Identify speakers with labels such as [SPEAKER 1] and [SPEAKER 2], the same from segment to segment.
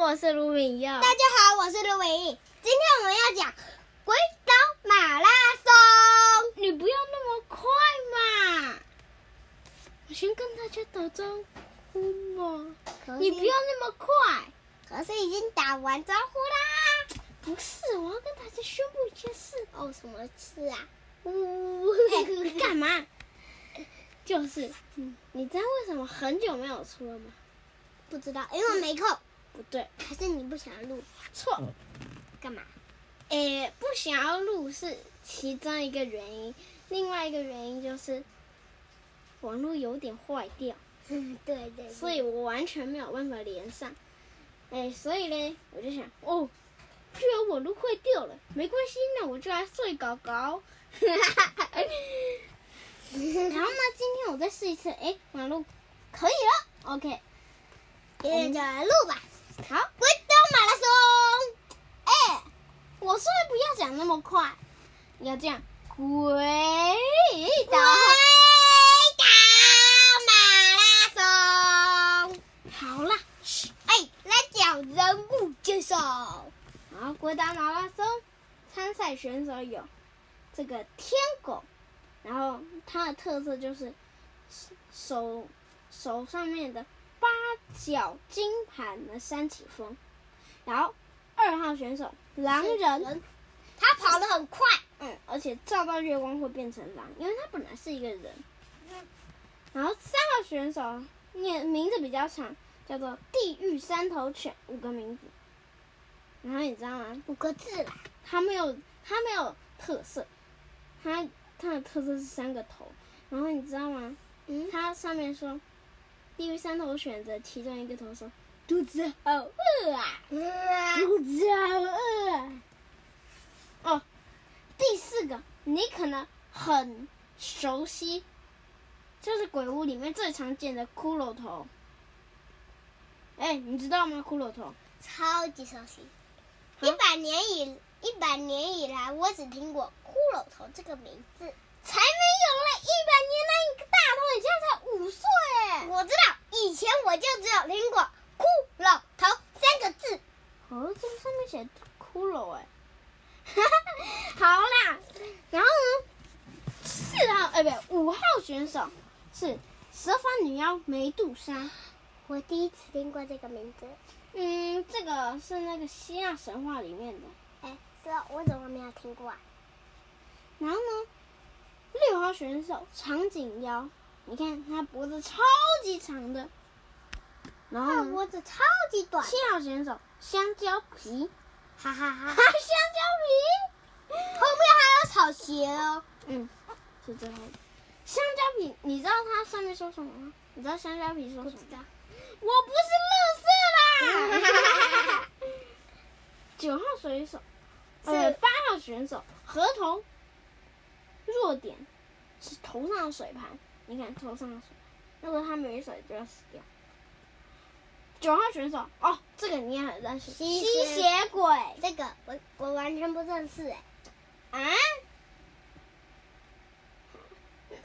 [SPEAKER 1] 我是卢美耀。
[SPEAKER 2] 大家好，我是刘伟毅。今天我们要讲鬼岛马拉松。
[SPEAKER 1] 你不要那么快嘛！我先跟大家打招呼嘛。
[SPEAKER 2] 可
[SPEAKER 1] 你不要那么快。
[SPEAKER 2] 可是已经打完招呼啦。
[SPEAKER 1] 不是，我要跟大家宣布一件事。
[SPEAKER 2] 哦，什么事啊？
[SPEAKER 1] 呜、 哎干嘛？就是，你知道为什么很久没有出了吗？
[SPEAKER 2] 不知道，因为没空。
[SPEAKER 1] 不对，
[SPEAKER 2] 还是你不想录？
[SPEAKER 1] 错。
[SPEAKER 2] 干嘛？
[SPEAKER 1] 诶，不想要录是其中一个原因，另外一个原因就是网络有点坏掉，
[SPEAKER 2] 嗯， 对对
[SPEAKER 1] 所以我完全没有办法连上。诶，所以呢，我就想，哦，居然网络坏掉了，没关系，那我就来睡狗狗。 然后呢，今天我再试一次，诶，网络可以了，OK，
[SPEAKER 2] 今天就来录吧。
[SPEAKER 1] 好，
[SPEAKER 2] 鬼岛马拉松。
[SPEAKER 1] 哎，我说不要讲那么快，要这样，鬼
[SPEAKER 2] 鬼
[SPEAKER 1] 岛。
[SPEAKER 2] 岛马拉松。
[SPEAKER 1] 好啦，
[SPEAKER 2] 哎，来讲人物介绍。
[SPEAKER 1] 好，国达马拉松参赛选手有这个天狗，然后它的特色就是手手上面的八角金盘的三起风，然后二号选手狼人，
[SPEAKER 2] 他跑得很快，
[SPEAKER 1] 嗯，而且照到月光会变成狼，因为它本来是一个人。嗯然后三号选手念名字比较长，叫做地狱三头犬，五个名字。然后你知道吗？
[SPEAKER 2] 五个字啦。
[SPEAKER 1] 它没有，它没有特色，它它的特色是三个头。然后你知道吗？
[SPEAKER 2] 嗯，
[SPEAKER 1] 它上面说，地狱三头选择其中一个头说，肚子好饿啊，
[SPEAKER 2] 嗯
[SPEAKER 1] 肚子好饿啊。哦，第四个你可能很熟悉，就是鬼屋里面最常见的骷髅头。哎，你知道吗？骷髅头，
[SPEAKER 2] 超级熟悉。
[SPEAKER 1] 啊
[SPEAKER 2] 一百年以一百年以来，我只听过骷髅头这个名字。
[SPEAKER 1] 才没有了，一百年那一个大头，你现在才五岁哎。
[SPEAKER 2] 我知道，以前我就只有听过骷髅头三个 字。
[SPEAKER 1] 哦，这个上面写骷髅哎，好啦，然后呢，四号哎不五号选手是蛇发女妖梅杜莎，
[SPEAKER 2] 我第一次听过这个名字。
[SPEAKER 1] 嗯，这个是那个希腊神话里面的。
[SPEAKER 2] 哎，是哦我怎么没有听过啊？
[SPEAKER 1] 然后呢，六号选手长颈妖，你看它脖子超级长的，
[SPEAKER 2] 他
[SPEAKER 1] 然后
[SPEAKER 2] 的啊
[SPEAKER 1] 呢，
[SPEAKER 2] 脖子超级短，
[SPEAKER 1] 七号选手香蕉皮，
[SPEAKER 2] 哈哈哈
[SPEAKER 1] 哈。香蕉皮，
[SPEAKER 2] 后面还有草鞋哦。
[SPEAKER 1] 嗯，是最后一个。香蕉皮，你知道它上面说什么吗？你知道香蕉皮说什么？
[SPEAKER 2] 知道
[SPEAKER 1] 我不是乐色 啦。九号选手，呃，
[SPEAKER 2] 是
[SPEAKER 1] 八号选手，合同弱点是头上的水盘。你看头上的水盘，如果它没水就要死掉。九号选手，哦，这个你也很认识，
[SPEAKER 2] 吸血
[SPEAKER 1] 吸血鬼
[SPEAKER 2] 这个我我完全不认识哎，
[SPEAKER 1] 啊，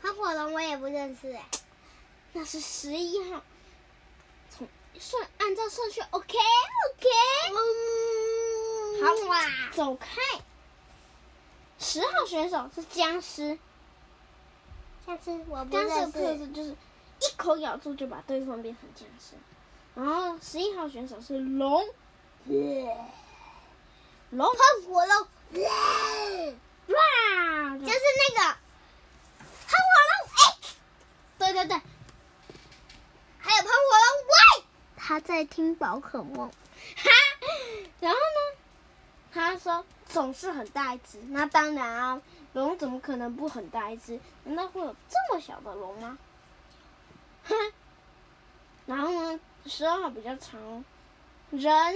[SPEAKER 2] 喷火龙我也不认识哎。
[SPEAKER 1] 那是十一号。从顺按照顺序，OK OK。
[SPEAKER 2] 嗯，
[SPEAKER 1] 好
[SPEAKER 2] 哇，
[SPEAKER 1] 走开！十号选手是僵尸，
[SPEAKER 2] 下次我不
[SPEAKER 1] 僵尸
[SPEAKER 2] 认
[SPEAKER 1] 的特
[SPEAKER 2] 识。
[SPEAKER 1] 色就是一口咬住就把对方变成僵尸。然后十一号选手是龙，龙
[SPEAKER 2] 喷火龙，就
[SPEAKER 1] 哇！就是
[SPEAKER 2] 那个喷火龙，哎，
[SPEAKER 1] 对对对，
[SPEAKER 2] 还有喷火龙，喂，他在听宝可梦。
[SPEAKER 1] 哈。然后呢，他说总是很大一只，那当然啊，龙怎么可能不很大一只？难道会有这么小的龙吗？哼。 然后呢，十二号比较长哦，人参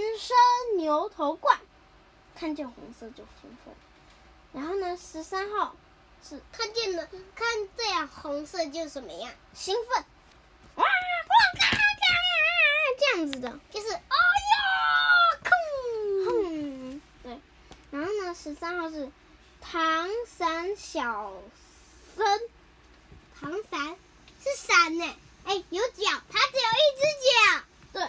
[SPEAKER 1] 牛头怪，看见红色就兴奋。然后呢，十三号是
[SPEAKER 2] 看见了，看这样红色就是什么样？
[SPEAKER 1] 兴奋，哇哇嘎嘎这样子的。
[SPEAKER 2] 就是
[SPEAKER 1] 哎呀，空，哼，对。然后呢，十三号是唐三小僧，
[SPEAKER 2] 糖伞，是伞呢。哎，有脚，它只有一只脚，
[SPEAKER 1] 对，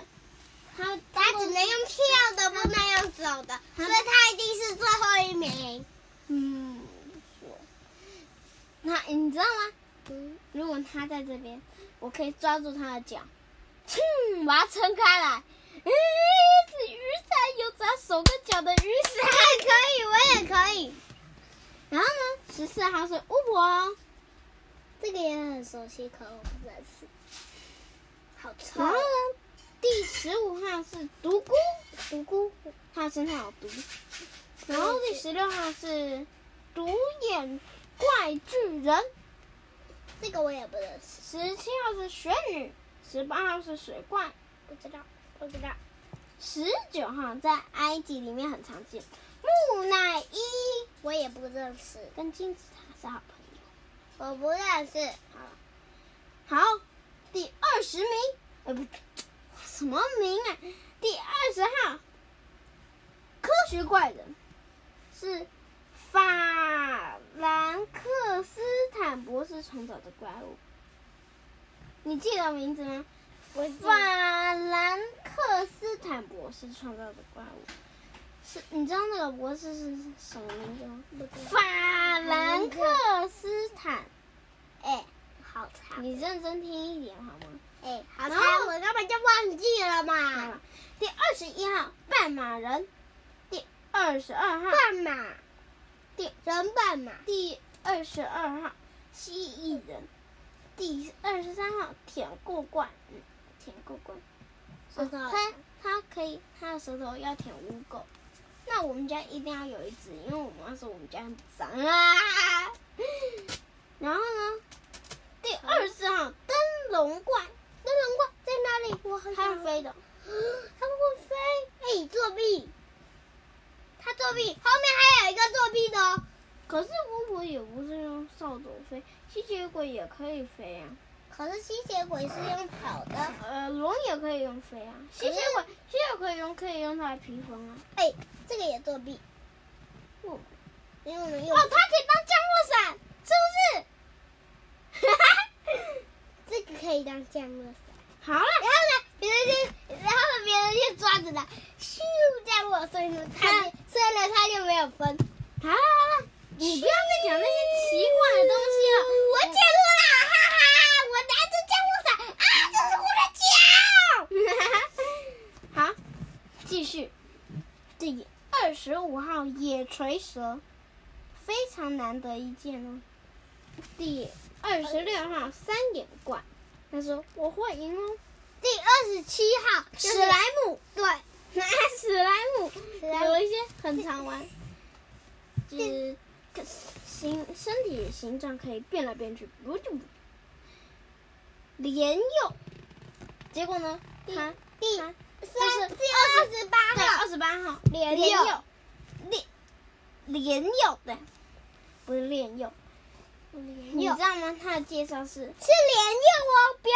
[SPEAKER 1] 他
[SPEAKER 2] 它只能能用跳的，不能用走的，所以它一定是最后一名。
[SPEAKER 1] 嗯，不错。那你知道吗？
[SPEAKER 2] 嗯，
[SPEAKER 1] 如果它在这边，我可以抓住它的脚，哼，把它撑开来。嗯，是雨伞，有抓手跟脚的雨伞。
[SPEAKER 2] 哎还可以，我也可以。
[SPEAKER 1] 然后呢，十四号是巫婆，
[SPEAKER 2] 这个也很熟悉，可我不认识。好臭
[SPEAKER 1] 然后呢，第十五号是独孤，
[SPEAKER 2] 独孤，
[SPEAKER 1] 它的身上有毒。然后第十六号是独眼怪巨人，
[SPEAKER 2] 这个我也不认识，
[SPEAKER 1] 十七号是雪女，十八号是水怪，
[SPEAKER 2] 不知道，不知道。
[SPEAKER 1] 十九号在埃及里面很常见，木乃伊
[SPEAKER 2] 我也不认识，
[SPEAKER 1] 跟金字塔是好朋友。
[SPEAKER 2] 我不认识。
[SPEAKER 1] 好，第二十名，呃，不，什么名啊？第二十号，科学怪人是法兰克斯坦博士创造的怪物。你记得名字吗？
[SPEAKER 2] 我记
[SPEAKER 1] 法兰克斯坦博士创造的怪物，是你知道那个博士是什么名字吗？
[SPEAKER 2] 不知道。
[SPEAKER 1] 法兰克斯坦，
[SPEAKER 2] 哎、好长，
[SPEAKER 1] 你认真听一点好吗？
[SPEAKER 2] 哎、好
[SPEAKER 1] 然
[SPEAKER 2] 长，
[SPEAKER 1] 后
[SPEAKER 2] 我根本就忘记了
[SPEAKER 1] 好
[SPEAKER 2] 嘛
[SPEAKER 1] 了。第二十一号半马人，第二十二号，
[SPEAKER 2] 半马，
[SPEAKER 1] 第
[SPEAKER 2] 人半马，
[SPEAKER 1] 第二十二号蜥蜴人，第二十三号舔过怪，嗯，舔过怪，
[SPEAKER 2] 舌头
[SPEAKER 1] 它它可以它的舌头要舔污垢。那我们家一定要有一只，因为我妈说我们家很脏啊。然后呢，第二十四号灯笼怪，
[SPEAKER 2] 那龙怪在哪里？我很
[SPEAKER 1] 它
[SPEAKER 2] 想
[SPEAKER 1] 会飞的。
[SPEAKER 2] 它会飞。哎、作弊！它作弊，后面还有一个作弊的哦。
[SPEAKER 1] 可是巫婆也不是用扫帚飞，吸血鬼也可以飞啊，
[SPEAKER 2] 可是吸血鬼是用跑的。
[SPEAKER 1] 呃，龙也可以用飞啊，吸
[SPEAKER 2] 可是
[SPEAKER 1] 血鬼吸血鬼用可以用它的披 风啊，
[SPEAKER 2] 哎、这个也作弊。
[SPEAKER 1] 哦，
[SPEAKER 2] 因为我们
[SPEAKER 1] 它
[SPEAKER 2] 用、
[SPEAKER 1] 哦可以当降落伞，是不是？哈哈，
[SPEAKER 2] 这个可以当降落伞。
[SPEAKER 1] 好了，
[SPEAKER 2] 然后呢，别人就，然后呢，别人就抓着它，咻，降落，所以呢，它就，所以呢，它就没有分。
[SPEAKER 1] 啊好了好了，你不要再讲那些奇怪的东
[SPEAKER 2] 我
[SPEAKER 1] 西了，
[SPEAKER 2] 降落啦，哈哈！我拿着降落伞啊，这是我的脚。
[SPEAKER 1] 我
[SPEAKER 2] 啊
[SPEAKER 1] 好，继续，第二十五号野锤蛇，非常难得一见哦。第二十六号三眼怪，他说我会赢哦。
[SPEAKER 2] 第二十七号，
[SPEAKER 1] 史莱
[SPEAKER 2] 姆，对，
[SPEAKER 1] 史莱姆
[SPEAKER 2] 史莱姆
[SPEAKER 1] 有一些很常玩，就是可形身体形状可以变来变去，不就莲幼。结果呢，他
[SPEAKER 2] 第
[SPEAKER 1] 啊
[SPEAKER 2] 三，第二十八
[SPEAKER 1] 对
[SPEAKER 2] 号
[SPEAKER 1] 二，十八号
[SPEAKER 2] 莲
[SPEAKER 1] 莲
[SPEAKER 2] 幼
[SPEAKER 1] 幼，莲莲幼对，不是莲幼，
[SPEAKER 2] 莲
[SPEAKER 1] 你
[SPEAKER 2] 幼
[SPEAKER 1] 知道吗？它的介绍是
[SPEAKER 2] 是莲幼哦，不要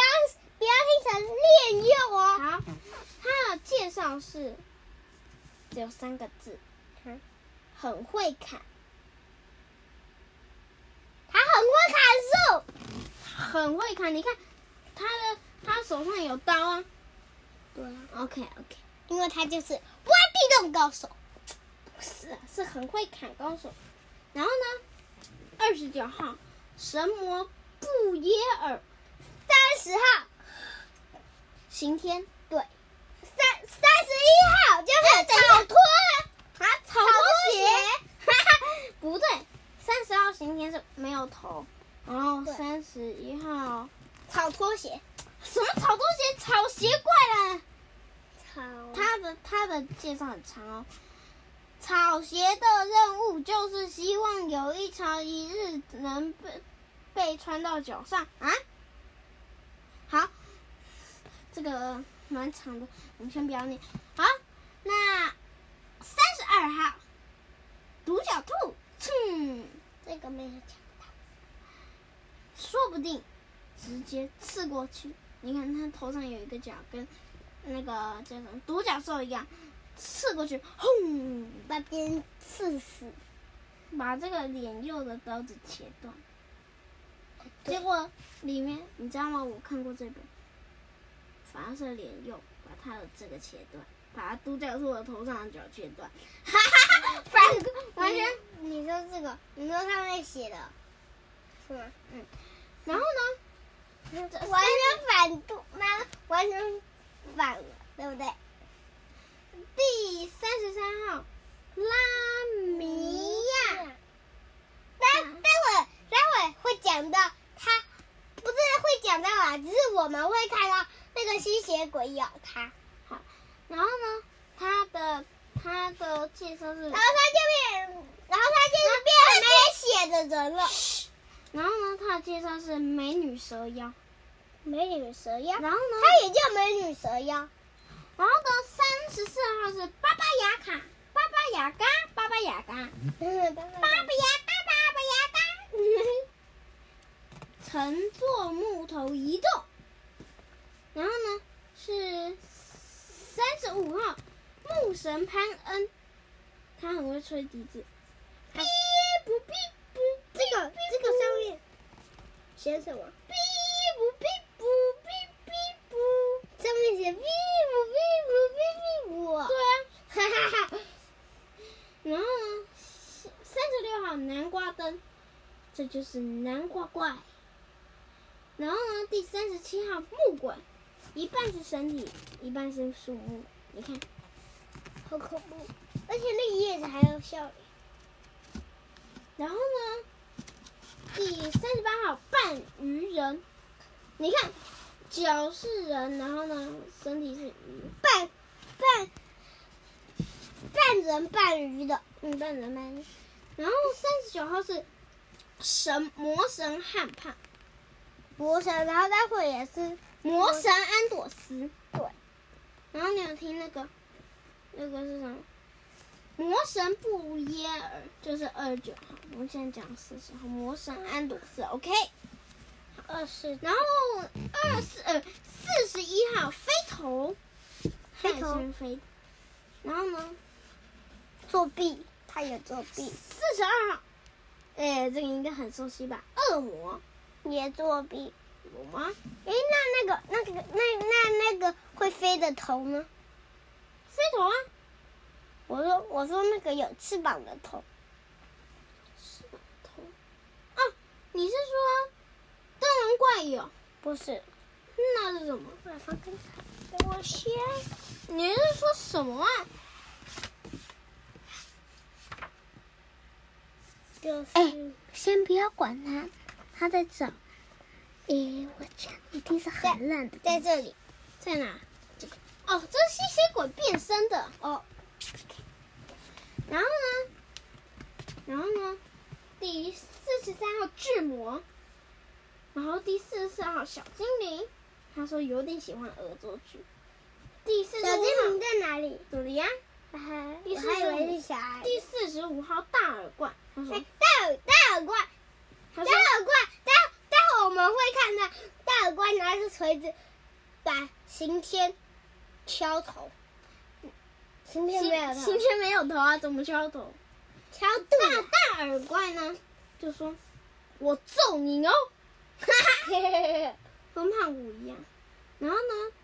[SPEAKER 2] 不要听成炼幼哦。
[SPEAKER 1] 好，它的介绍是只有三个字，
[SPEAKER 2] 嗯
[SPEAKER 1] 很会砍，
[SPEAKER 2] 它很会砍树，
[SPEAKER 1] 很会砍。你看，它的它手上有刀啊。
[SPEAKER 2] 对啊
[SPEAKER 1] OK OK，
[SPEAKER 2] 因为它就是挖地洞高手。
[SPEAKER 1] 不是啊是很会砍高手。然后呢，二十九号神魔布耶尔
[SPEAKER 2] 三十号，
[SPEAKER 1] 刑天，
[SPEAKER 2] 对，三三十一号就是草脱
[SPEAKER 1] 啊，草
[SPEAKER 2] 拖鞋，
[SPEAKER 1] 哈哈， 不对，三十号刑天是没有头，然后
[SPEAKER 2] 对
[SPEAKER 1] 三十一号
[SPEAKER 2] 草拖鞋，
[SPEAKER 1] 什么草拖鞋、草鞋怪啦？
[SPEAKER 2] 草啊
[SPEAKER 1] 他的他的介绍很长哦。草鞋的任务就是希望有一朝一日能被被穿到脚上啊。好，这个蛮长的，我们先不要念。好，那三十二号独角兔，哼，
[SPEAKER 2] 这个没有讲到。
[SPEAKER 1] 说不定直接刺过去。你看它头上有一个角，跟那个叫什么独角兽一样，刺过去，轰！
[SPEAKER 2] 把别人刺死。
[SPEAKER 1] 把这个脸釉的刀子切断。
[SPEAKER 2] 对
[SPEAKER 1] 结果里面你知道吗？我看过这本，反而是脸釉把它的这个切断，把它嘟在兔的头上的脚切断。
[SPEAKER 2] 哈哈哈，反
[SPEAKER 1] 完
[SPEAKER 2] 完
[SPEAKER 1] 全
[SPEAKER 2] 全，你说这个，你说上面写的，是吗？嗯，
[SPEAKER 1] 然后呢，
[SPEAKER 2] 完全反度，妈完全反了，对不对？
[SPEAKER 1] 第三十三号拉
[SPEAKER 2] 米
[SPEAKER 1] 米
[SPEAKER 2] 娅，待待会儿待会儿会讲到他，不是会讲到啊，只是我们会看到那个吸血鬼咬他，
[SPEAKER 1] 然后呢，它的它的汽车是
[SPEAKER 2] 然后，他就变，然后他就是变没血的人了，
[SPEAKER 1] 然后呢，它的汽车是美女蛇妖。
[SPEAKER 2] 美女蛇妖，
[SPEAKER 1] 然后呢，
[SPEAKER 2] 他也叫美女蛇妖。
[SPEAKER 1] 然后呢，三十四号是巴巴雅卡，巴巴雅嘎，巴巴雅嘎，
[SPEAKER 2] 嗯，爸
[SPEAKER 1] 巴巴雅嘎，巴巴雅嘎。乘坐木头移动。然后呢是三十五号木神潘恩，他很会吹笛子。哔不哔不，这个这个上面
[SPEAKER 2] 写什么？
[SPEAKER 1] 哔不哔不哔哔不，
[SPEAKER 2] 上面写屁股屁股屁股。
[SPEAKER 1] 对啊。
[SPEAKER 2] 哈哈哈。
[SPEAKER 1] 然后呢三十六号南瓜灯，这就是南瓜怪。然后呢第三十七号木棍，一半是身体，一半是树木。你看。
[SPEAKER 2] 好恐怖！而且那个叶子还有笑脸。
[SPEAKER 1] 然后呢，第三十八号半鱼人，你看，脚是人，然后呢，身体是鱼，
[SPEAKER 2] 半半半人半鱼的，
[SPEAKER 1] 嗯，半人半鱼。然后三十九号是神魔神汉帕，
[SPEAKER 2] 魔神，然后待会也是
[SPEAKER 1] 魔神安朵斯。
[SPEAKER 2] 对。
[SPEAKER 1] 然后你有听那个，那个是什么？魔神布耶尔就是二十九号，我们现在讲四十号，魔神安朵斯，OK。
[SPEAKER 2] 二十
[SPEAKER 1] 然后二四呃四十一号飞头，
[SPEAKER 2] 飞头
[SPEAKER 1] 汉森飞。然后呢，
[SPEAKER 2] 作弊，他也作弊，
[SPEAKER 1] 四十二号，哎，这个应该很熟悉吧？恶魔，
[SPEAKER 2] 也作弊。
[SPEAKER 1] 有吗？
[SPEAKER 2] 诶，那那个那个那那那个会飞的头呢？
[SPEAKER 1] 飞头啊，
[SPEAKER 2] 我说我说那个有翅膀的头，
[SPEAKER 1] 是吧头。哦，你是说灯笼怪有？
[SPEAKER 2] 不是。
[SPEAKER 1] 那是什么？
[SPEAKER 2] 我放跟给我先。
[SPEAKER 1] 你是说什么啊？
[SPEAKER 2] 就是、
[SPEAKER 1] 哎
[SPEAKER 3] 先不要管他，他在找。诶，我讲一定是很烂的。
[SPEAKER 2] 在这里。
[SPEAKER 1] 在哪？这个哦，这是吸血鬼变身的哦。然后呢？然后呢？第四十三号巨魔，然后第四十四号小精灵，他说有点喜欢恶作剧。第四十
[SPEAKER 2] 小精灵
[SPEAKER 1] 五号
[SPEAKER 2] 在哪里？
[SPEAKER 1] 努力啊！
[SPEAKER 2] 我还
[SPEAKER 1] 第
[SPEAKER 2] 我
[SPEAKER 1] 四
[SPEAKER 2] 还
[SPEAKER 1] 十
[SPEAKER 2] 以
[SPEAKER 1] 五
[SPEAKER 2] 为是小孩。
[SPEAKER 1] 第四十五号大耳怪，他说
[SPEAKER 2] 哎大耳大耳怪，
[SPEAKER 1] 他
[SPEAKER 2] 大
[SPEAKER 1] 说
[SPEAKER 2] 耳怪，待待会我们会看到大耳怪拿着锤子把刑天敲头。刑天没有
[SPEAKER 1] 刑
[SPEAKER 2] 头
[SPEAKER 1] 刑，天没有头啊，怎么敲头？
[SPEAKER 2] 敲
[SPEAKER 1] 大
[SPEAKER 2] 肚子。
[SPEAKER 1] 大耳怪呢，就说：“我揍 你哦！”哈哈，跟胖虎一样。然后呢，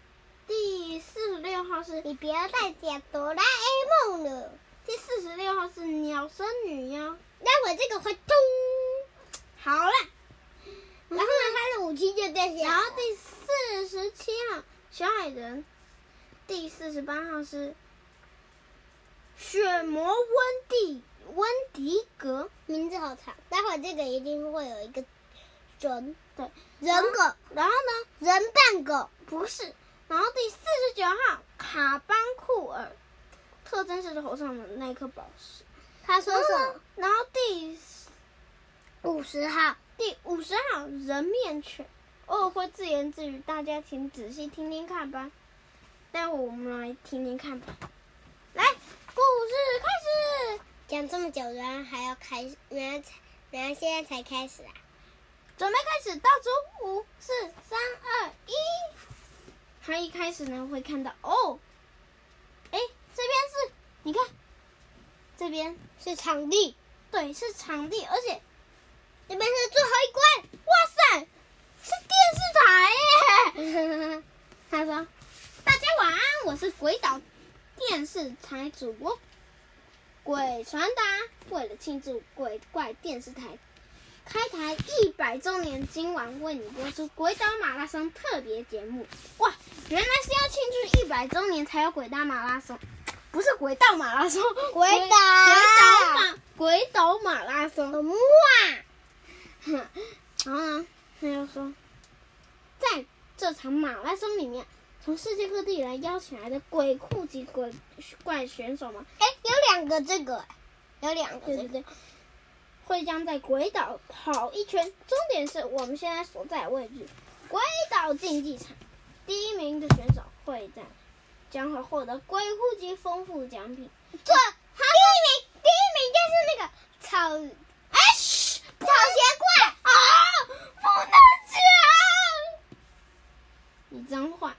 [SPEAKER 1] 第四十六号是
[SPEAKER 2] 你不要再讲哆啦 A 梦了，
[SPEAKER 1] 第四十六号是鸟身女妖。
[SPEAKER 2] 待会这个会咚，
[SPEAKER 1] 好了，
[SPEAKER 2] 然后呢，他的武器就这些。
[SPEAKER 1] 然后第四十七号小矮人，第四十八号是血魔温蒂温迪格。
[SPEAKER 2] 名字好长，待会这个一定会有一个人，
[SPEAKER 1] 对，
[SPEAKER 2] 人狗，
[SPEAKER 1] 然后呢，
[SPEAKER 2] 人扮狗，
[SPEAKER 1] 不是，然后第四十九号卡邦库尔，特征是头上的那颗宝石。
[SPEAKER 2] 他说什么？
[SPEAKER 1] 然后第
[SPEAKER 2] 五十号，
[SPEAKER 1] 第五十号人面犬，偶尔会自言自语，大家请仔细听听看吧。待会我们来听听看吧。来，故事开始。
[SPEAKER 2] 讲这么久，原来还要开始，原来才，原来现在才开始啊！
[SPEAKER 1] 准备开始，倒数五、四、三、二、一。他一开始呢会看到哦，哎，这边是，你看，这边
[SPEAKER 2] 是场地，
[SPEAKER 1] 对是场地，而且
[SPEAKER 2] 这边是最后
[SPEAKER 1] 哇塞，是电视台耶！
[SPEAKER 2] 一关。
[SPEAKER 1] 他说：“大家晚安，我是鬼岛电视台主播鬼传达为了庆祝鬼怪电视台开台一百周年，今晚为你播出《鬼岛马拉松》特别节目。哇，原来是要庆祝一百周年才有鬼岛马拉松，不是鬼道马拉松，
[SPEAKER 2] 鬼
[SPEAKER 1] 鬼
[SPEAKER 2] 岛
[SPEAKER 1] 岛马鬼岛马拉松。哇！
[SPEAKER 2] 啊
[SPEAKER 1] 然后呢，他又说，在这场马拉松里面，从世界各地来邀请来的鬼酷及鬼怪选手们，
[SPEAKER 2] 哎，有两个这个，有两个
[SPEAKER 1] 对
[SPEAKER 2] 这
[SPEAKER 1] 对
[SPEAKER 2] 个。
[SPEAKER 1] 对，会将在鬼岛跑一圈。终点是我们现在所在的位置——鬼岛竞技场。第一名的选手会在将会获得鬼户及丰富奖品。
[SPEAKER 2] 错，第一名，第一名就是那个草，哎，嘘，草鞋怪啊，不能讲。
[SPEAKER 1] 你真坏！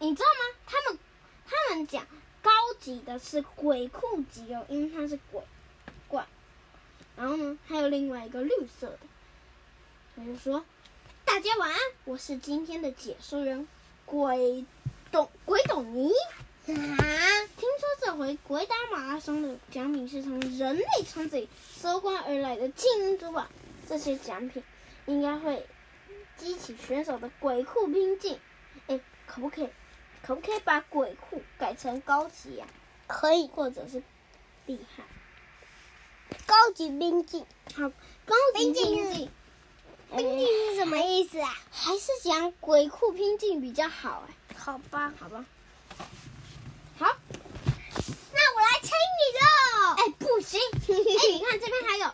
[SPEAKER 1] 你知道吗？他们他们讲高级的是鬼酷级哦，因为它是鬼怪。然后呢，还有另外一个绿色的，他就说：“大家晚安，我是今天的解说人鬼董鬼董尼。”
[SPEAKER 2] 啊，
[SPEAKER 1] 听说这回鬼打马拉松的奖品是从人类村子里搜刮而来的金银珠宝，这些奖品应该会激起选手的鬼库拼劲。哎，可不可以，可不可以把鬼库改成高级呀、
[SPEAKER 2] 可以，
[SPEAKER 1] 或者是厉害？
[SPEAKER 2] 高级冰镜，
[SPEAKER 1] 好，高级
[SPEAKER 2] 冰激凌
[SPEAKER 1] 竞技，
[SPEAKER 2] 冰镜哎是什么意思啊？
[SPEAKER 1] 还是讲鬼库拼劲比较好哎。
[SPEAKER 2] 好吧，
[SPEAKER 1] 好吧，好，
[SPEAKER 2] 那我来猜你喽。
[SPEAKER 1] 哎，不 行！哎，你看这边还有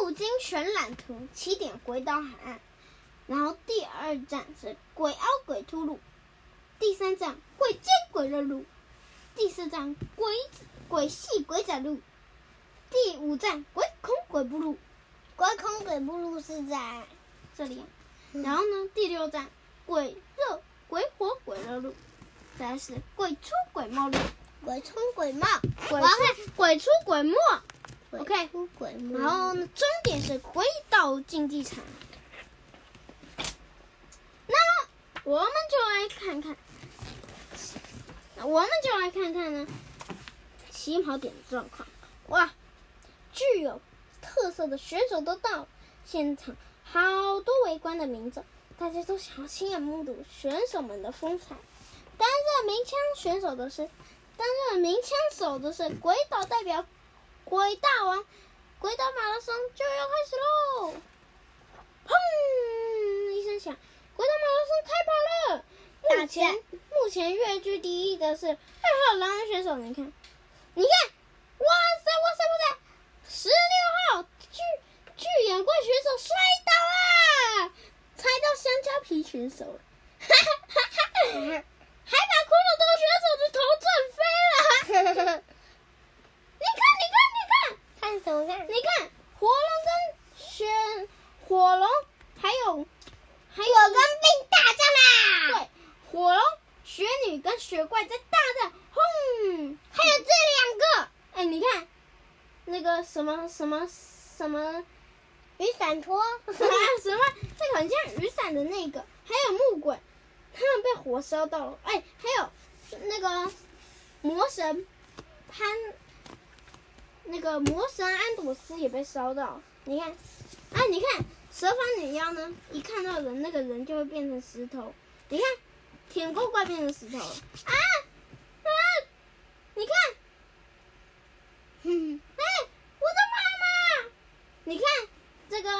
[SPEAKER 1] 路经全览图，起点鬼岛海岸，然后第二站是鬼凹鬼秃路，第三站鬼见鬼热路，第四站鬼子鬼戏鬼仔路，第五站鬼恐鬼步路，
[SPEAKER 2] 鬼空鬼步路是在
[SPEAKER 1] 这里啊，
[SPEAKER 2] 嗯
[SPEAKER 1] 然后呢，第六站鬼热鬼火鬼热路，再来是鬼出鬼没路，
[SPEAKER 2] 鬼冲鬼冒，
[SPEAKER 1] 鬼
[SPEAKER 2] 我要
[SPEAKER 1] 出鬼出鬼没。OK
[SPEAKER 2] 出鬼冒。
[SPEAKER 1] 然后呢，终点是回到竞技场。那么，我们就来看看，我们就来看看呢，起跑点的状况。哇，具有特色的选手都到现场，好多围观的民众，大家都想要亲眼目睹选手们的风采。担任鸣枪选手的是，担任鸣枪手的是鬼岛代表鬼大王鬼岛马拉松就要开始喽！砰一声响，鬼岛马拉松开跑了。目前目前跃居第一的是二号狼人选手，你看，你看，哇塞哇塞哇塞！十六号巨巨眼怪选手摔倒啦，踩到香蕉皮选手了，哈哈哈哈！还把骷髅头选手的头震飞了。你看，你看，你看，
[SPEAKER 2] 看什么看？
[SPEAKER 1] 你看，火龙跟选火龙，还有还有
[SPEAKER 2] 我跟冰大战啦！
[SPEAKER 1] 对火龙雪女跟雪怪在大战，轰！
[SPEAKER 2] 还有这两个
[SPEAKER 1] 哎，你看那个什么什么什么
[SPEAKER 2] 雨伞托，
[SPEAKER 1] 什么，那个很像雨伞的那个，还有木鬼，他们被火烧到了。哎，还有那个魔神潘，那个魔神安朵斯也被烧到。你看，哎，你看蛇发女妖呢，一看到人，那个人就会变成石头。你看，舔狗怪变成石头了啊啊！你 看，
[SPEAKER 2] 嗯
[SPEAKER 1] 哎，我的妈妈！你看这个，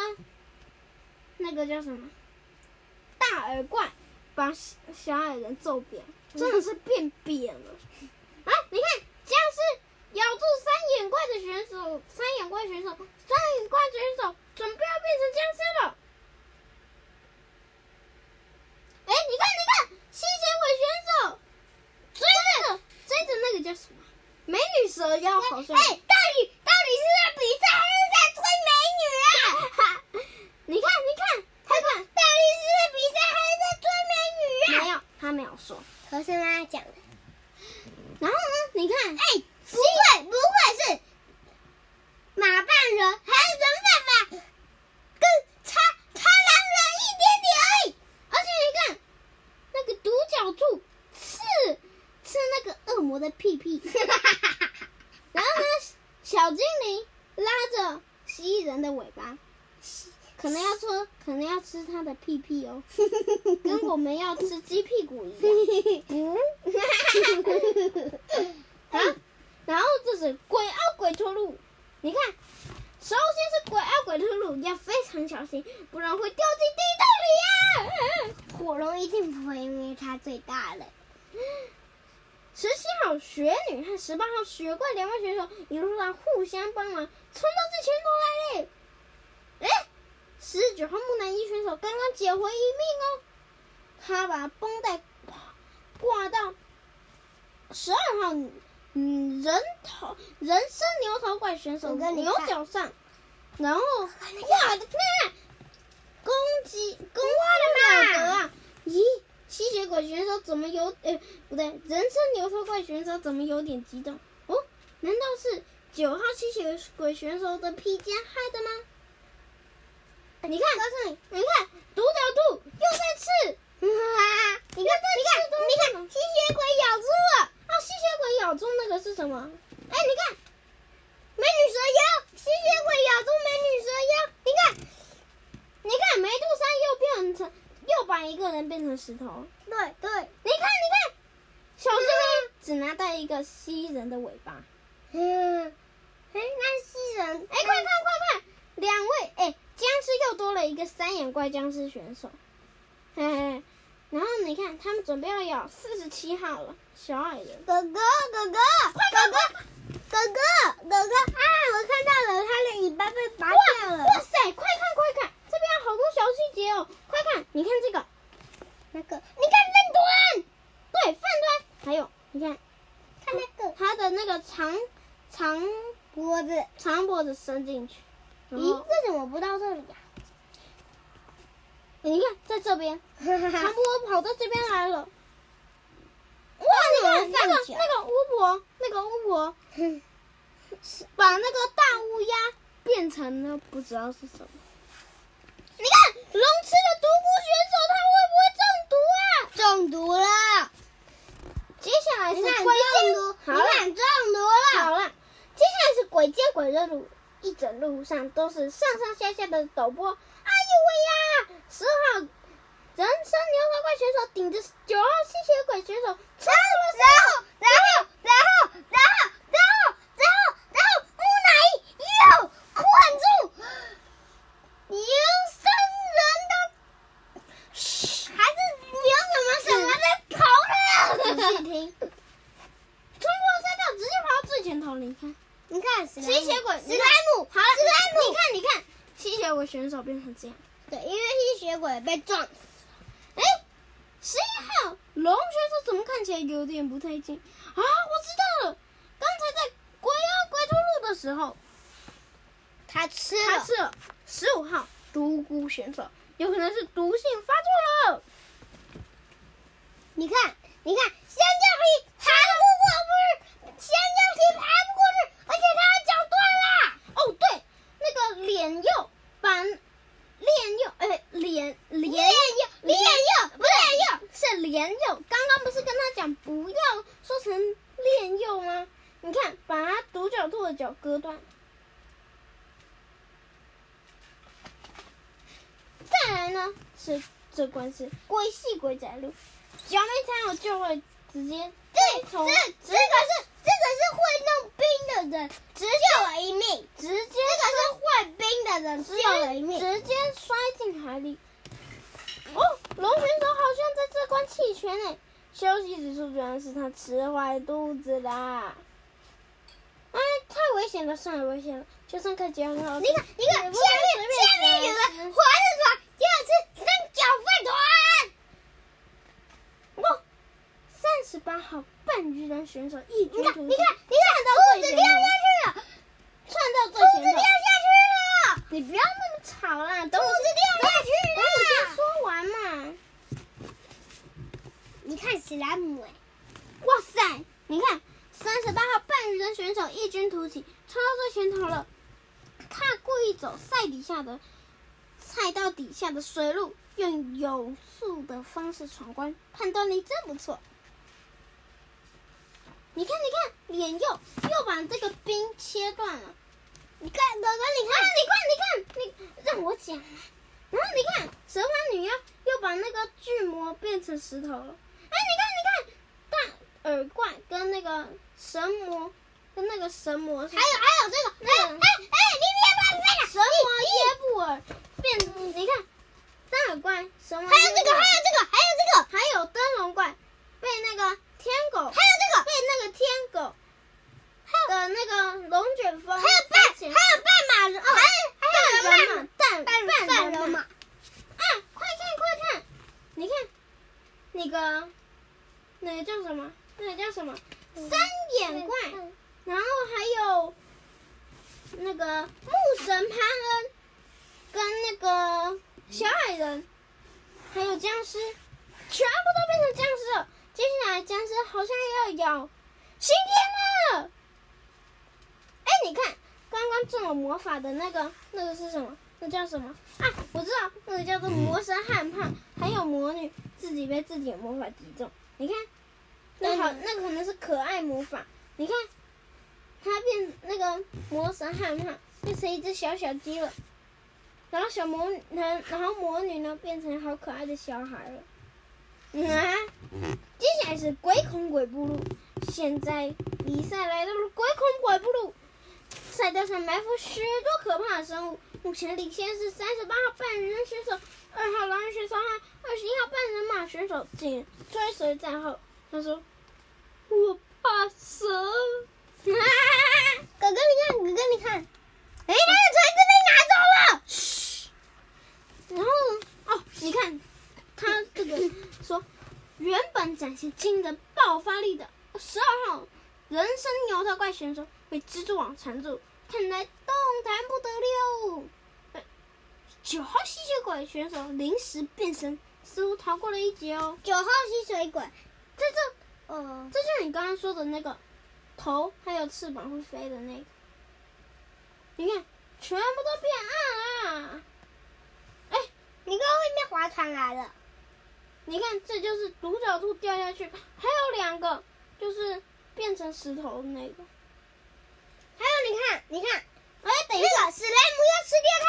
[SPEAKER 1] 那个叫什么？大耳怪把小小矮人揍扁，真的是变扁 了。啊，你看，僵尸咬住三眼怪的选手，三眼怪选手，三眼怪选手准备要变成僵尸了。哎，你看，你看，吸血鬼选手追着追着那个叫什么美女蛇妖，好像
[SPEAKER 2] 哎，到底到底是在比赛还是在追美女啊？
[SPEAKER 1] 你看，你看，
[SPEAKER 2] 他看，到底是在比赛还是在追美女啊？
[SPEAKER 1] 没有，他没有说。
[SPEAKER 2] 可是妈妈讲的。
[SPEAKER 1] 然后呢，你看，
[SPEAKER 2] 哎，不会不会是马扮人还是人扮马？跟差差狼人一点点而已。
[SPEAKER 1] 而且你看，那个独角兔刺刺那个恶魔的屁屁，然后呢，小精灵拉着蜥蜴人的尾巴，可能要说，可能要吃它的屁屁哦，跟我们要吃鸡屁股一样。嗯， 啊，然后这是鬼奥鬼兔路，你看，首先是鬼奥鬼兔路，要非常小心，不然会掉进地洞里呀、啊
[SPEAKER 2] 火龙一定不会，因为它最大了。
[SPEAKER 1] 十七号雪女和十八号雪怪两位选手一路上互相帮忙，冲到最前头来嘞。哎，十九号木乃伊选手刚刚捡回一命哦，他把绷带挂到十二号嗯人头人参牛头怪选手
[SPEAKER 2] 我跟你
[SPEAKER 1] 牛
[SPEAKER 2] 看
[SPEAKER 1] 角上，然后哇的天，攻击攻
[SPEAKER 2] 哇了
[SPEAKER 1] 击了
[SPEAKER 2] 嘛
[SPEAKER 1] 啊！咦，吸血鬼选手怎么有？呃，不对，人参牛头怪选手怎么有点激动？哦，难道是九号吸血鬼选手的披肩害的吗？你看，告诉你，你看，独角兔又在吃，
[SPEAKER 2] 哇！
[SPEAKER 1] 你看，你看，你看，吸血鬼咬住了。啊，吸血鬼咬住那个是什么？哎，你看，美女蛇妖，吸血鬼咬住美女蛇妖。你看，你看，梅杜莎又变成，又把一个人变成石头。
[SPEAKER 2] 对对，
[SPEAKER 1] 你看，你看，小精灵只拿到一个蜥蜴人的尾巴。
[SPEAKER 2] 嗯，哎，那西人，
[SPEAKER 1] 哎，快看，快看，两位，哎，僵尸又多了一个三眼怪僵尸选手。嘿嘿，然后你看，他们准备要咬四十七号了，小矮人。
[SPEAKER 2] 哥哥哥哥，快哥哥哥哥哥哥啊！我看到了，它的尾巴被拔掉了。
[SPEAKER 1] 哇塞，快看，快看，这边有好多小细节哦！快看，你看这个，
[SPEAKER 2] 那个，
[SPEAKER 1] 你看饭端，对，饭端，还有你看
[SPEAKER 2] 看那个
[SPEAKER 1] 它的那个长长
[SPEAKER 2] 脖子，
[SPEAKER 1] 长脖子伸进去，然
[SPEAKER 2] 咦，
[SPEAKER 1] 后
[SPEAKER 2] 为什么不到这里呀、
[SPEAKER 1] 你看在这边，长
[SPEAKER 2] 啊？
[SPEAKER 1] 脖跑到这边来了。哇，你
[SPEAKER 2] 那
[SPEAKER 1] 看
[SPEAKER 2] 你
[SPEAKER 1] 那
[SPEAKER 2] 看
[SPEAKER 1] 个
[SPEAKER 2] 那个
[SPEAKER 1] 那个巫婆，那个 巫婆把那个大乌鸦变成了不知道是什么。你看，龙吃了独孤选手，它会不会中毒啊？
[SPEAKER 2] 中毒了！
[SPEAKER 1] 接下来是
[SPEAKER 2] 你
[SPEAKER 1] 鬼
[SPEAKER 2] 看中
[SPEAKER 1] 见
[SPEAKER 2] 毒，
[SPEAKER 1] 好
[SPEAKER 2] 你
[SPEAKER 1] 了
[SPEAKER 2] 看中毒
[SPEAKER 1] 好
[SPEAKER 2] 了！
[SPEAKER 1] 了，接下来是鬼见鬼的路，一整路上都是上上下下的陡坡。哎呦喂呀！十号人参牛头怪选手顶着九号吸血鬼选手超了
[SPEAKER 2] 然后，然后，然后，然后，然后，然后，然后，木乃伊又困住牛三人的，还是牛什么什么的头了？
[SPEAKER 1] 仔细听，冲破山道直接跑到最前头，你看
[SPEAKER 2] 你看，吸
[SPEAKER 1] 吸血鬼，
[SPEAKER 2] 史莱姆，
[SPEAKER 1] 好了，
[SPEAKER 2] 史莱姆，
[SPEAKER 1] 你看，你看，吸血鬼选手变成这样。
[SPEAKER 2] 对，因为吸血鬼被撞死，
[SPEAKER 1] 哎，十一号龙学手怎么看起来有点不太近啊？我知道了，刚才在鬼妖鬼兔路的时候，
[SPEAKER 2] 他吃
[SPEAKER 1] 他
[SPEAKER 2] 了，
[SPEAKER 1] 是十五号独孤选手，有可能是毒性发作了。
[SPEAKER 2] 你看，你看，香蕉皮爬不过去，香蕉皮爬不过去，而且它的脚断了。
[SPEAKER 1] 哦，对，那个脸釉把脸釉，哎，脸脸
[SPEAKER 2] 脸釉，脸釉，不
[SPEAKER 1] 脸釉是脸釉，刚刚不是跟他讲不要说成炼釉吗？你看，把他独角兔的脚割断。再来呢是这关是龟系鬼仔路，只要没踩好就会直接
[SPEAKER 2] 对，这这
[SPEAKER 1] 从
[SPEAKER 2] 个是这个是会弄冰的人
[SPEAKER 1] 直
[SPEAKER 2] 救了一命，
[SPEAKER 1] 直接
[SPEAKER 2] 这个是会冰的人
[SPEAKER 1] 直
[SPEAKER 2] 救
[SPEAKER 1] 接
[SPEAKER 2] 了一命。
[SPEAKER 1] 直接摔进海里。哦，龙卷手好像在这关弃权呢。休息指数居然是他吃坏肚子啦！哎，太危险了，算了，危险了，就算开节很好。
[SPEAKER 2] 你看，你看，前
[SPEAKER 1] 也不能随
[SPEAKER 2] 面前面有
[SPEAKER 1] 便啊
[SPEAKER 2] 个
[SPEAKER 1] 吃
[SPEAKER 2] 华子团，要吃三角饭团。
[SPEAKER 1] 哇，三十八号半鱼人选手异军
[SPEAKER 2] 你看，
[SPEAKER 1] 突
[SPEAKER 2] 你
[SPEAKER 1] 起
[SPEAKER 2] 看，，你看，兔子
[SPEAKER 1] 前
[SPEAKER 2] 掉
[SPEAKER 1] 头
[SPEAKER 2] 下去了，
[SPEAKER 1] 窜到
[SPEAKER 2] 兔
[SPEAKER 1] 最
[SPEAKER 2] 子
[SPEAKER 1] 前
[SPEAKER 2] 掉
[SPEAKER 1] 头。
[SPEAKER 2] 下去了，
[SPEAKER 1] 你不要那么吵啦，等
[SPEAKER 2] 兔
[SPEAKER 1] 我
[SPEAKER 2] 子掉下去
[SPEAKER 1] 等我先
[SPEAKER 2] 了。
[SPEAKER 1] 说完嘛。
[SPEAKER 2] 你看史莱姆，哎
[SPEAKER 1] 哇塞，你看三十八号半鱼人选手异军突起，冲到最前头了。他故意走赛底下的赛道底下的水路，用有速的方式闯关，判断力真不错。你看，你看，脸又又把这个冰切断了。
[SPEAKER 2] 你看，哥哥，你看，
[SPEAKER 1] 你看，你看，你让我讲嘛。然后你看，蛇丸女妖又把那个巨魔变成石头了。哎，你看，你看，大耳怪跟那个神魔，跟那个神魔是
[SPEAKER 2] 还有还有这个，哎哎
[SPEAKER 1] 那个
[SPEAKER 2] 哎，你别乱飞了。
[SPEAKER 1] 神魔耶布尔变，你看，大耳怪神魔耶布
[SPEAKER 2] 还
[SPEAKER 1] 尔，
[SPEAKER 2] 有这个，还有这个，还有这个，
[SPEAKER 1] 还有灯笼怪被那个天狗，
[SPEAKER 2] 还有这个
[SPEAKER 1] 被，那个天狗的那个龙卷风，
[SPEAKER 2] 还有半，还有半马
[SPEAKER 1] 哦
[SPEAKER 2] 人，还有还有人
[SPEAKER 1] 人马，半
[SPEAKER 2] 半
[SPEAKER 1] 半
[SPEAKER 2] 半人马。
[SPEAKER 1] 啊！快看快看，你看那个那个叫什么？那个叫什么？三眼怪，然后还有那个木神潘恩，跟那个小矮人，还有僵尸，全部都变成僵尸了。接下来僵尸好像要咬新天了。哎，你看，刚刚中了魔法的那个，那个是什么？那叫什么啊？我知道，那个叫做魔神汉胖，还有魔女自己被自己的魔法击中。你看，那好，那可能是可爱魔法。你看，他变那个魔神汉胖变成一只小小鸡了，然后小魔女，然后魔女呢变成好可爱的小孩了。嗯啊，接下来是鬼恐鬼步路。现在比赛来到了鬼恐鬼步路，赛道上埋伏许多可怕的生物。目前领先是三十八号半人选手、二号狼人选手和二十一号半人马选手。紧追随在后，他说：“我怕 蛇。
[SPEAKER 2] 哥哥，你看，哥哥，你看，哎，他的锤子被拿走了。
[SPEAKER 1] 然后哦，你看他这个说，原本展现惊人爆发力的十二号人参牛头怪选手被蜘蛛网缠住，看来动弹不得了。呃九号吸血鬼选手临时变身，似乎逃过了一劫哦。
[SPEAKER 2] 九号吸水鬼，
[SPEAKER 1] 在这
[SPEAKER 2] 哦，
[SPEAKER 1] 这就是你刚刚说的那个头还有翅膀会飞的那个。你看，全部都变暗了。哎，
[SPEAKER 2] 你看外面划船来了，
[SPEAKER 1] 你看，这就是独角兔掉下去，还有两个就是变成石头的那个。
[SPEAKER 2] 还有你看，你看，哎，等一下，史莱姆要吃掉它。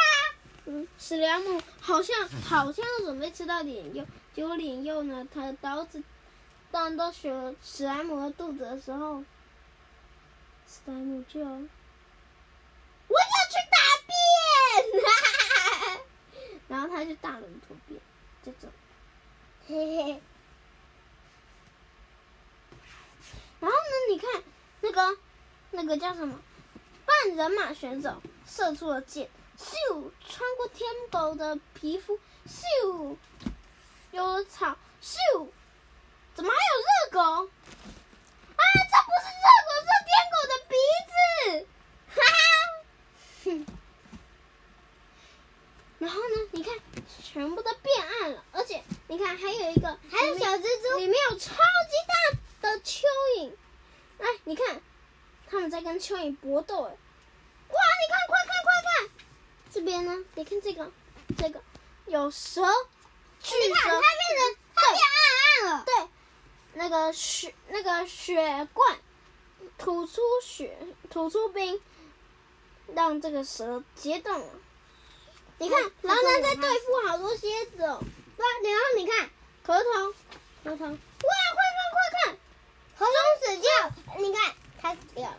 [SPEAKER 1] 嗯，史莱姆好像好像要准备吃到脸鼬，结果脸鼬呢，它的刀子当到史史莱姆的肚子的时候，史莱姆就
[SPEAKER 2] 我要去大便。
[SPEAKER 1] 然后它就大轮突变，就这种。
[SPEAKER 2] 嘿嘿，
[SPEAKER 1] 然后呢，你看那个那个叫什么半人马选手射出了箭，咻，穿过天狗的皮肤，咻，有了草，咻，怎么还有热狗？啊，这不是热狗，是天狗的鼻子，哈哈，哼。然后呢，你看，全部都变暗了，而且你看还有一个，
[SPEAKER 2] 还有小蜘蛛，
[SPEAKER 1] 里面有超级大的蚯蚓。哎，你看，他们在跟蚯蚓搏斗。哎，哇，你看，快看，快看！这边呢，你看这个，这个有蛇，巨
[SPEAKER 2] 你看它变成
[SPEAKER 1] 蛇，
[SPEAKER 2] 它变暗暗了。
[SPEAKER 1] 对，那个雪，那个雪怪吐出雪，吐出冰，让这个蛇结冻了。你看，
[SPEAKER 2] 然
[SPEAKER 1] 然
[SPEAKER 2] 后
[SPEAKER 1] 后
[SPEAKER 2] 呢
[SPEAKER 1] 呢，
[SPEAKER 2] 再
[SPEAKER 1] 再
[SPEAKER 2] 对
[SPEAKER 1] 对付好多蝎子哦，
[SPEAKER 2] 哇，然后你看，
[SPEAKER 1] 壳头，壳头，哇，快看，快看！
[SPEAKER 2] 红松死掉，你看它死掉了。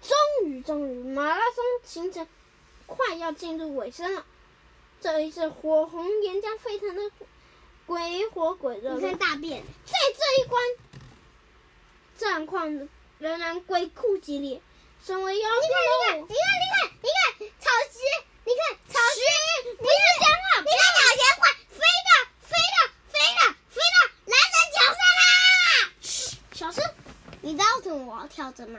[SPEAKER 1] 终于，终于，马拉松行程快要进入尾声了。这一次火红岩浆沸腾的鬼火鬼热
[SPEAKER 2] 你
[SPEAKER 1] 路
[SPEAKER 2] 看，大便，
[SPEAKER 1] 在这一关，战况仍然鬼哭激烈。身为妖怪
[SPEAKER 2] 你看，你看，你
[SPEAKER 1] 的我，
[SPEAKER 2] 看，你看，草鞋，你看草鞋，不要讲话，你看草鞋快飞了，飞了，飞了，飞了，男人脚上啦！
[SPEAKER 1] 小声，
[SPEAKER 2] 你知道为什么我要跳着吗？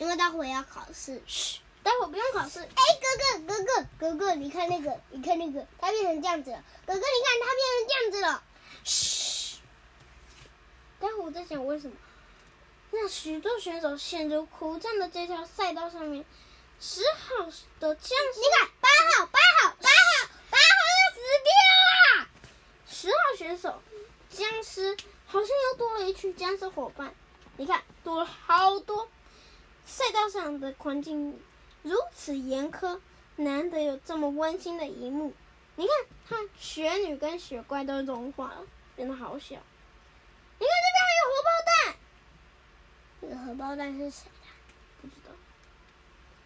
[SPEAKER 2] 因为待会要考试。
[SPEAKER 1] 待会不用考试。
[SPEAKER 2] 哎，哥哥，哥哥，哥哥，你看那个，你看那个，它变成这样子了。哥哥，你看它变成这样子了。
[SPEAKER 1] 待会我在想为什么让许多选手陷入苦战的这条赛道上面，十号的僵尸
[SPEAKER 2] 你看，八号，八号，八号，八号要死掉啦！
[SPEAKER 1] 十号选手僵尸好像又多了一群僵尸伙伴，你看多了好多。赛道上的环境如此严苛，难得有这么温馨的一幕。你看，看雪女跟雪怪都融化了，真的好小。你看这边还有荷包蛋，
[SPEAKER 2] 这个荷包蛋是谁的？
[SPEAKER 1] 不知道。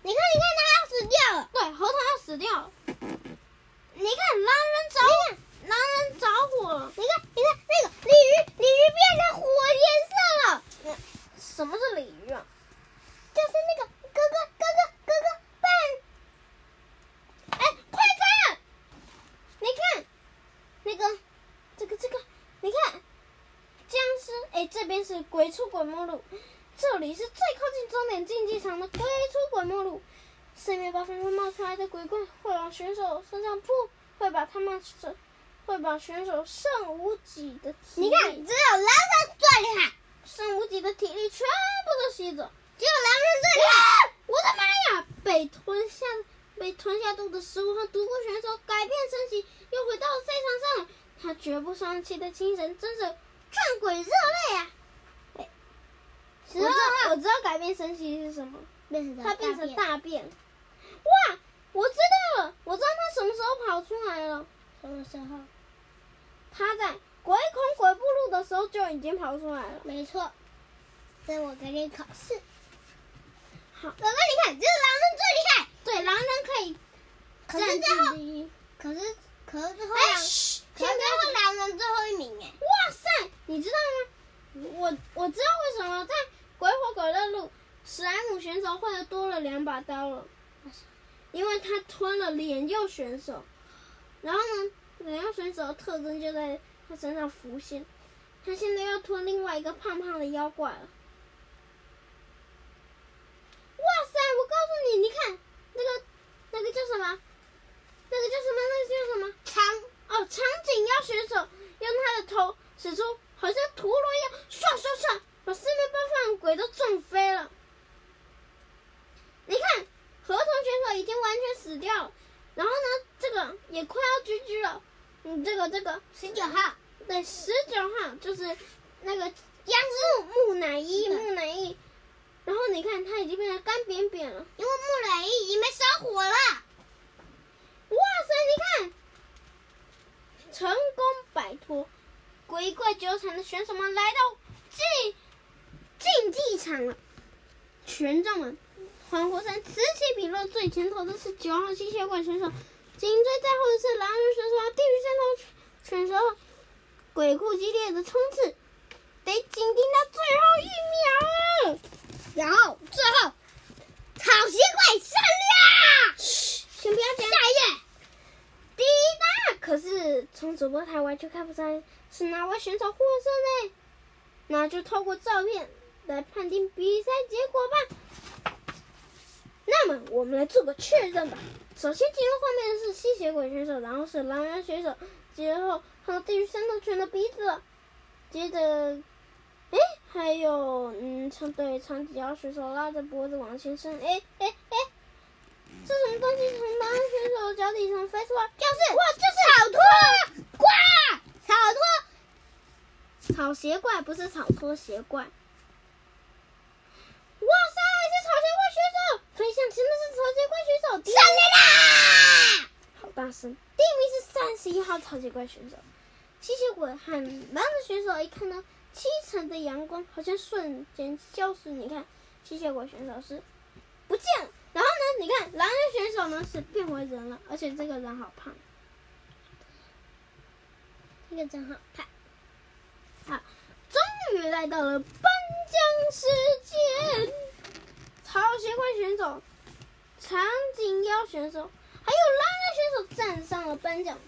[SPEAKER 2] 你看，你看，它要死掉了。
[SPEAKER 1] 对，猴糖要死掉了。你看，狼人着火，狼人着火了。
[SPEAKER 2] 你看，你看，那个鲤鱼，鲤鱼变成火颜色了，
[SPEAKER 1] 什么是鲤鱼啊？
[SPEAKER 2] 就是那个哥哥，哥哥，哥哥扮
[SPEAKER 1] 哎，快看！你看，那个，这个这个，你看，僵尸。哎，这边是鬼畜鬼没路，这里是最靠近终点竞技场的鬼畜鬼没路。四面八方会冒出来的鬼怪会往选手身上扑，会把他们是会把选手剩无几的体力，
[SPEAKER 2] 你看，只有狼人最厉害，
[SPEAKER 1] 剩无几的体力全部都吸走。
[SPEAKER 2] 只有狼人最厉害。
[SPEAKER 1] 我的妈呀！被吞下被吞下肚的食物和独孤选手改变身形，又回到赛场上了。他绝不放弃的精神，真是战鬼热泪啊！
[SPEAKER 2] 十
[SPEAKER 1] 我知
[SPEAKER 2] 二
[SPEAKER 1] 道，
[SPEAKER 2] 号
[SPEAKER 1] 我知道改变身形是什么，
[SPEAKER 2] 变成
[SPEAKER 1] 他变成
[SPEAKER 2] 便
[SPEAKER 1] 大便。哇！我知道了，我知道他什么时候跑出来了。
[SPEAKER 2] 什么时候？
[SPEAKER 1] 他在鬼孔鬼步路的时候就已经跑出来了。
[SPEAKER 2] 没错，这我给你考试。
[SPEAKER 1] 好
[SPEAKER 2] 哥哥，你看，这狼人最厉害，
[SPEAKER 1] 对，狼人可以
[SPEAKER 2] 可是最
[SPEAKER 1] 占
[SPEAKER 2] 后，
[SPEAKER 1] 第一。
[SPEAKER 2] 可是可是最后
[SPEAKER 1] 哎，
[SPEAKER 2] 狼，
[SPEAKER 1] 嘘，
[SPEAKER 2] 可是
[SPEAKER 1] 先不要
[SPEAKER 2] 最后狼人最后一名哎。
[SPEAKER 1] 哇塞，你知道吗？我我知道为什么在鬼火鬼的路，史莱姆选手会多了两把刀了，因为他吞了脸右选手。然后呢，脸右选手的特征就在他身上浮现。他现在要吞另外一个胖胖的妖怪了。哇塞！我告诉你，你看那个那个叫什么？那个叫什么？那个叫什么？长哦，长颈妖选手用他的头使出好像陀螺一样，唰唰唰，把四面八方的鬼都撞飞了。你看，合同选手已经完全死掉了，然后呢，这个也快要 GG 了。嗯，这个这个，
[SPEAKER 2] 十九号，
[SPEAKER 1] 对，十九号就是那个僵尸木乃伊，
[SPEAKER 2] 对
[SPEAKER 1] 木乃伊。然后你看，它已经变成干扁扁了。
[SPEAKER 2] 因为木乃伊已经被烧火了。
[SPEAKER 1] 哇塞，你看，成功摆脱鬼怪纠缠的选手们来到竞竞技场了。群众们欢呼声此起彼落，最前头的是九号吸血鬼选手，紧追在后的是狼人选手和地狱山头选手，鬼哭激烈的冲刺，得紧盯到最后一秒了。
[SPEAKER 2] 然后最后，草鞋鬼胜利啦！
[SPEAKER 1] 先不要讲。
[SPEAKER 2] 下一页，
[SPEAKER 1] 第一呢，可是从主播台完全看不出来是哪位选手获胜呢。那就透过照片来判定比赛结果吧。那么我们来做个确认吧。首先进入画面的是吸血鬼选手，然后是狼人选手，接后还有地狱三头犬的鼻子，接着，哎，还有嗯，长对长颈妖选手拉着脖子往前伸，哎哎哎，这什么东西从狼人选手的脚底上飞出来？
[SPEAKER 2] 就是哇，就是草拖瓜，草拖
[SPEAKER 1] 草鞋怪不是草拖鞋怪。哇塞，是草鞋怪选手！飞向前的是草鞋怪选手，第一
[SPEAKER 2] 胜利啦！
[SPEAKER 1] 好大声！第一名是三十一号草鞋怪选手。吸血鬼和狼的选手一看到七层的阳光，好像瞬间消失。你看，吸血鬼选手是不见了，然后呢，你看狼人选手呢是变回人了，而且这个人好胖。
[SPEAKER 2] 这个真好看。
[SPEAKER 1] 终于来到了颁奖时间，草鞋怪选手、长颈妖选手还有狼人选手站上了颁奖台。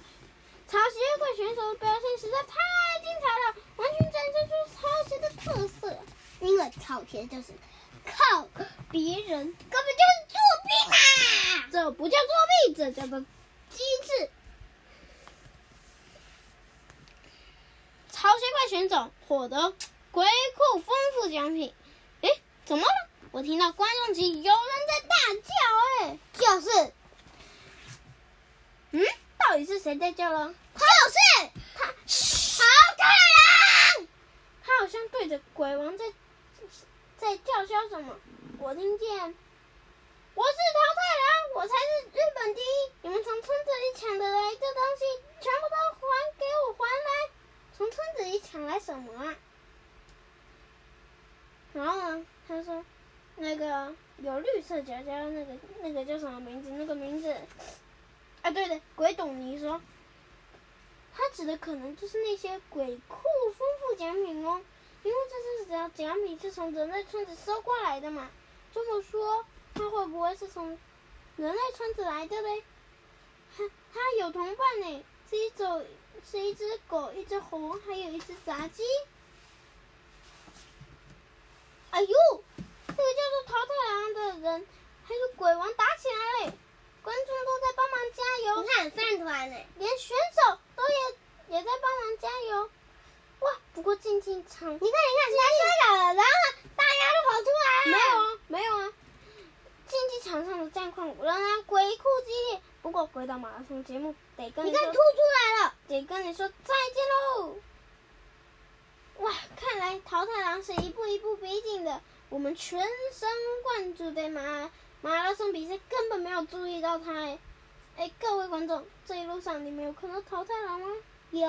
[SPEAKER 1] 草鞋怪选手的表现实在太精彩了，完全展现出草鞋的特色。
[SPEAKER 2] 因为草鞋就是靠别人，根本就是作弊啦！
[SPEAKER 1] 这不叫作弊，这叫做机智。潮鞋怪选手获得鬼库丰富奖品。诶，怎么了？我听到观众席有人在大叫、诶，
[SPEAKER 2] 就是
[SPEAKER 1] 嗯，到底是谁在叫了？
[SPEAKER 2] 就是他好太郎，
[SPEAKER 1] 他好像对着鬼王在在叫嚣什么？我听见，我是桃太郎，我才是日本第一！你们从村子里抢的来的东西，全部都还给我还来！从村子里抢来什么啊？然后呢，他说，那个有绿色夹夹的那个那个叫什么名字？那个名字，啊，对的，鬼董尼说，他指的可能就是那些鬼库丰富奖品哦，因为这些奖奖品是从人类村子搜过来的嘛。这么说，他会不会是从人类村子来的嘞？他他有同伴呢，是一种是一只狗，一只猴，还有一只杂鸡。哎呦，那个叫做桃太郎的人还有鬼王打起来嘞！观众都在帮忙加油。
[SPEAKER 2] 你看饭团呢，
[SPEAKER 1] 连选手都也也在帮忙加油。哇，不过进进场
[SPEAKER 2] 你看，你看，他摔倒了，然后大家都跑出来
[SPEAKER 1] 没
[SPEAKER 2] 了。
[SPEAKER 1] 有啊，没有啊。竞技场上的战况仍然鬼哭激烈，不过回到马拉松节目得跟
[SPEAKER 2] 你
[SPEAKER 1] 说
[SPEAKER 2] 看吐出来了。
[SPEAKER 1] 得跟你说再见喽。哇，看来桃太郎是一步一步逼近的。我们全神贯注对马马拉松比赛，根本没有注意到他哎。哎，各位观众，这一路上你们有看到桃太郎吗？
[SPEAKER 2] 有，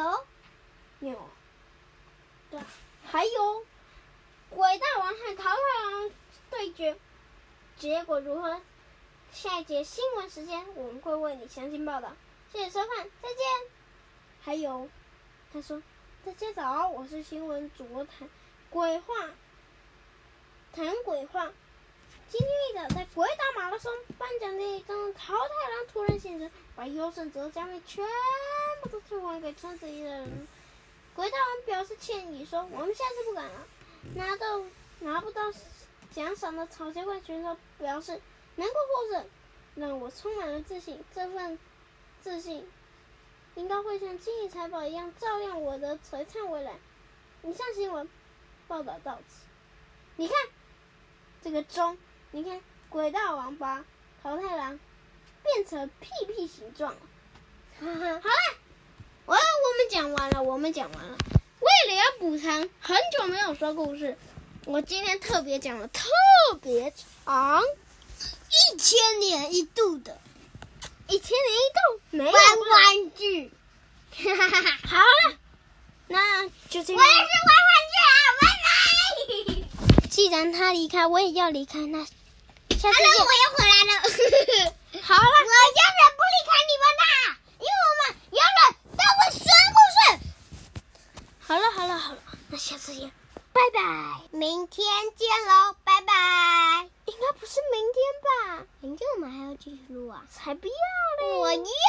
[SPEAKER 1] 有，对，还有鬼大王和桃太郎对决，结果如何？下一节新闻时间我们会为你详细报道。谢谢收看，再见。还有，他说：“大家早，我是新闻主播谈鬼话，谈鬼话。今天一早在鬼岛马拉松颁奖典礼中，桃太郎突然现身，把优胜者奖品全部都退还给村子里的人。鬼大王表示歉意，说：“我们下次不敢了。”拿到拿不到奖赏的草鞋怪选手表示难过获胜，让我充满了自信。这份自信应该会像金银财宝一样照亮我的璀璨未来。以上新闻报道到此。你看这个钟，你看鬼大王把桃太郎变成屁屁形状了。
[SPEAKER 2] 哈哈，
[SPEAKER 1] 好啦，我我们讲完了，我们讲完了。为了要补偿很久没有说故事，我今天特别讲了特别长，
[SPEAKER 2] 一千年一度的
[SPEAKER 1] 一千零一度没有
[SPEAKER 2] 弯
[SPEAKER 1] 不然。
[SPEAKER 2] 弯剧，
[SPEAKER 1] 哈哈哈，好了，那 就这样。
[SPEAKER 2] 弯弯剧啊，弯弯。
[SPEAKER 1] 既然他离开，我也要离开。那下次
[SPEAKER 2] Hello，
[SPEAKER 1] 见。
[SPEAKER 2] 我又回来了。
[SPEAKER 1] 好了
[SPEAKER 2] 我，永远不离开你们啦，因为我们永远都会说故事。
[SPEAKER 1] 好了，好了，好了，那下次见。
[SPEAKER 2] 拜拜，明天见喽，拜拜。
[SPEAKER 1] 应该不是明天吧？
[SPEAKER 2] 明天我们还要继续录啊？
[SPEAKER 1] 才不要嘞！
[SPEAKER 2] 我要。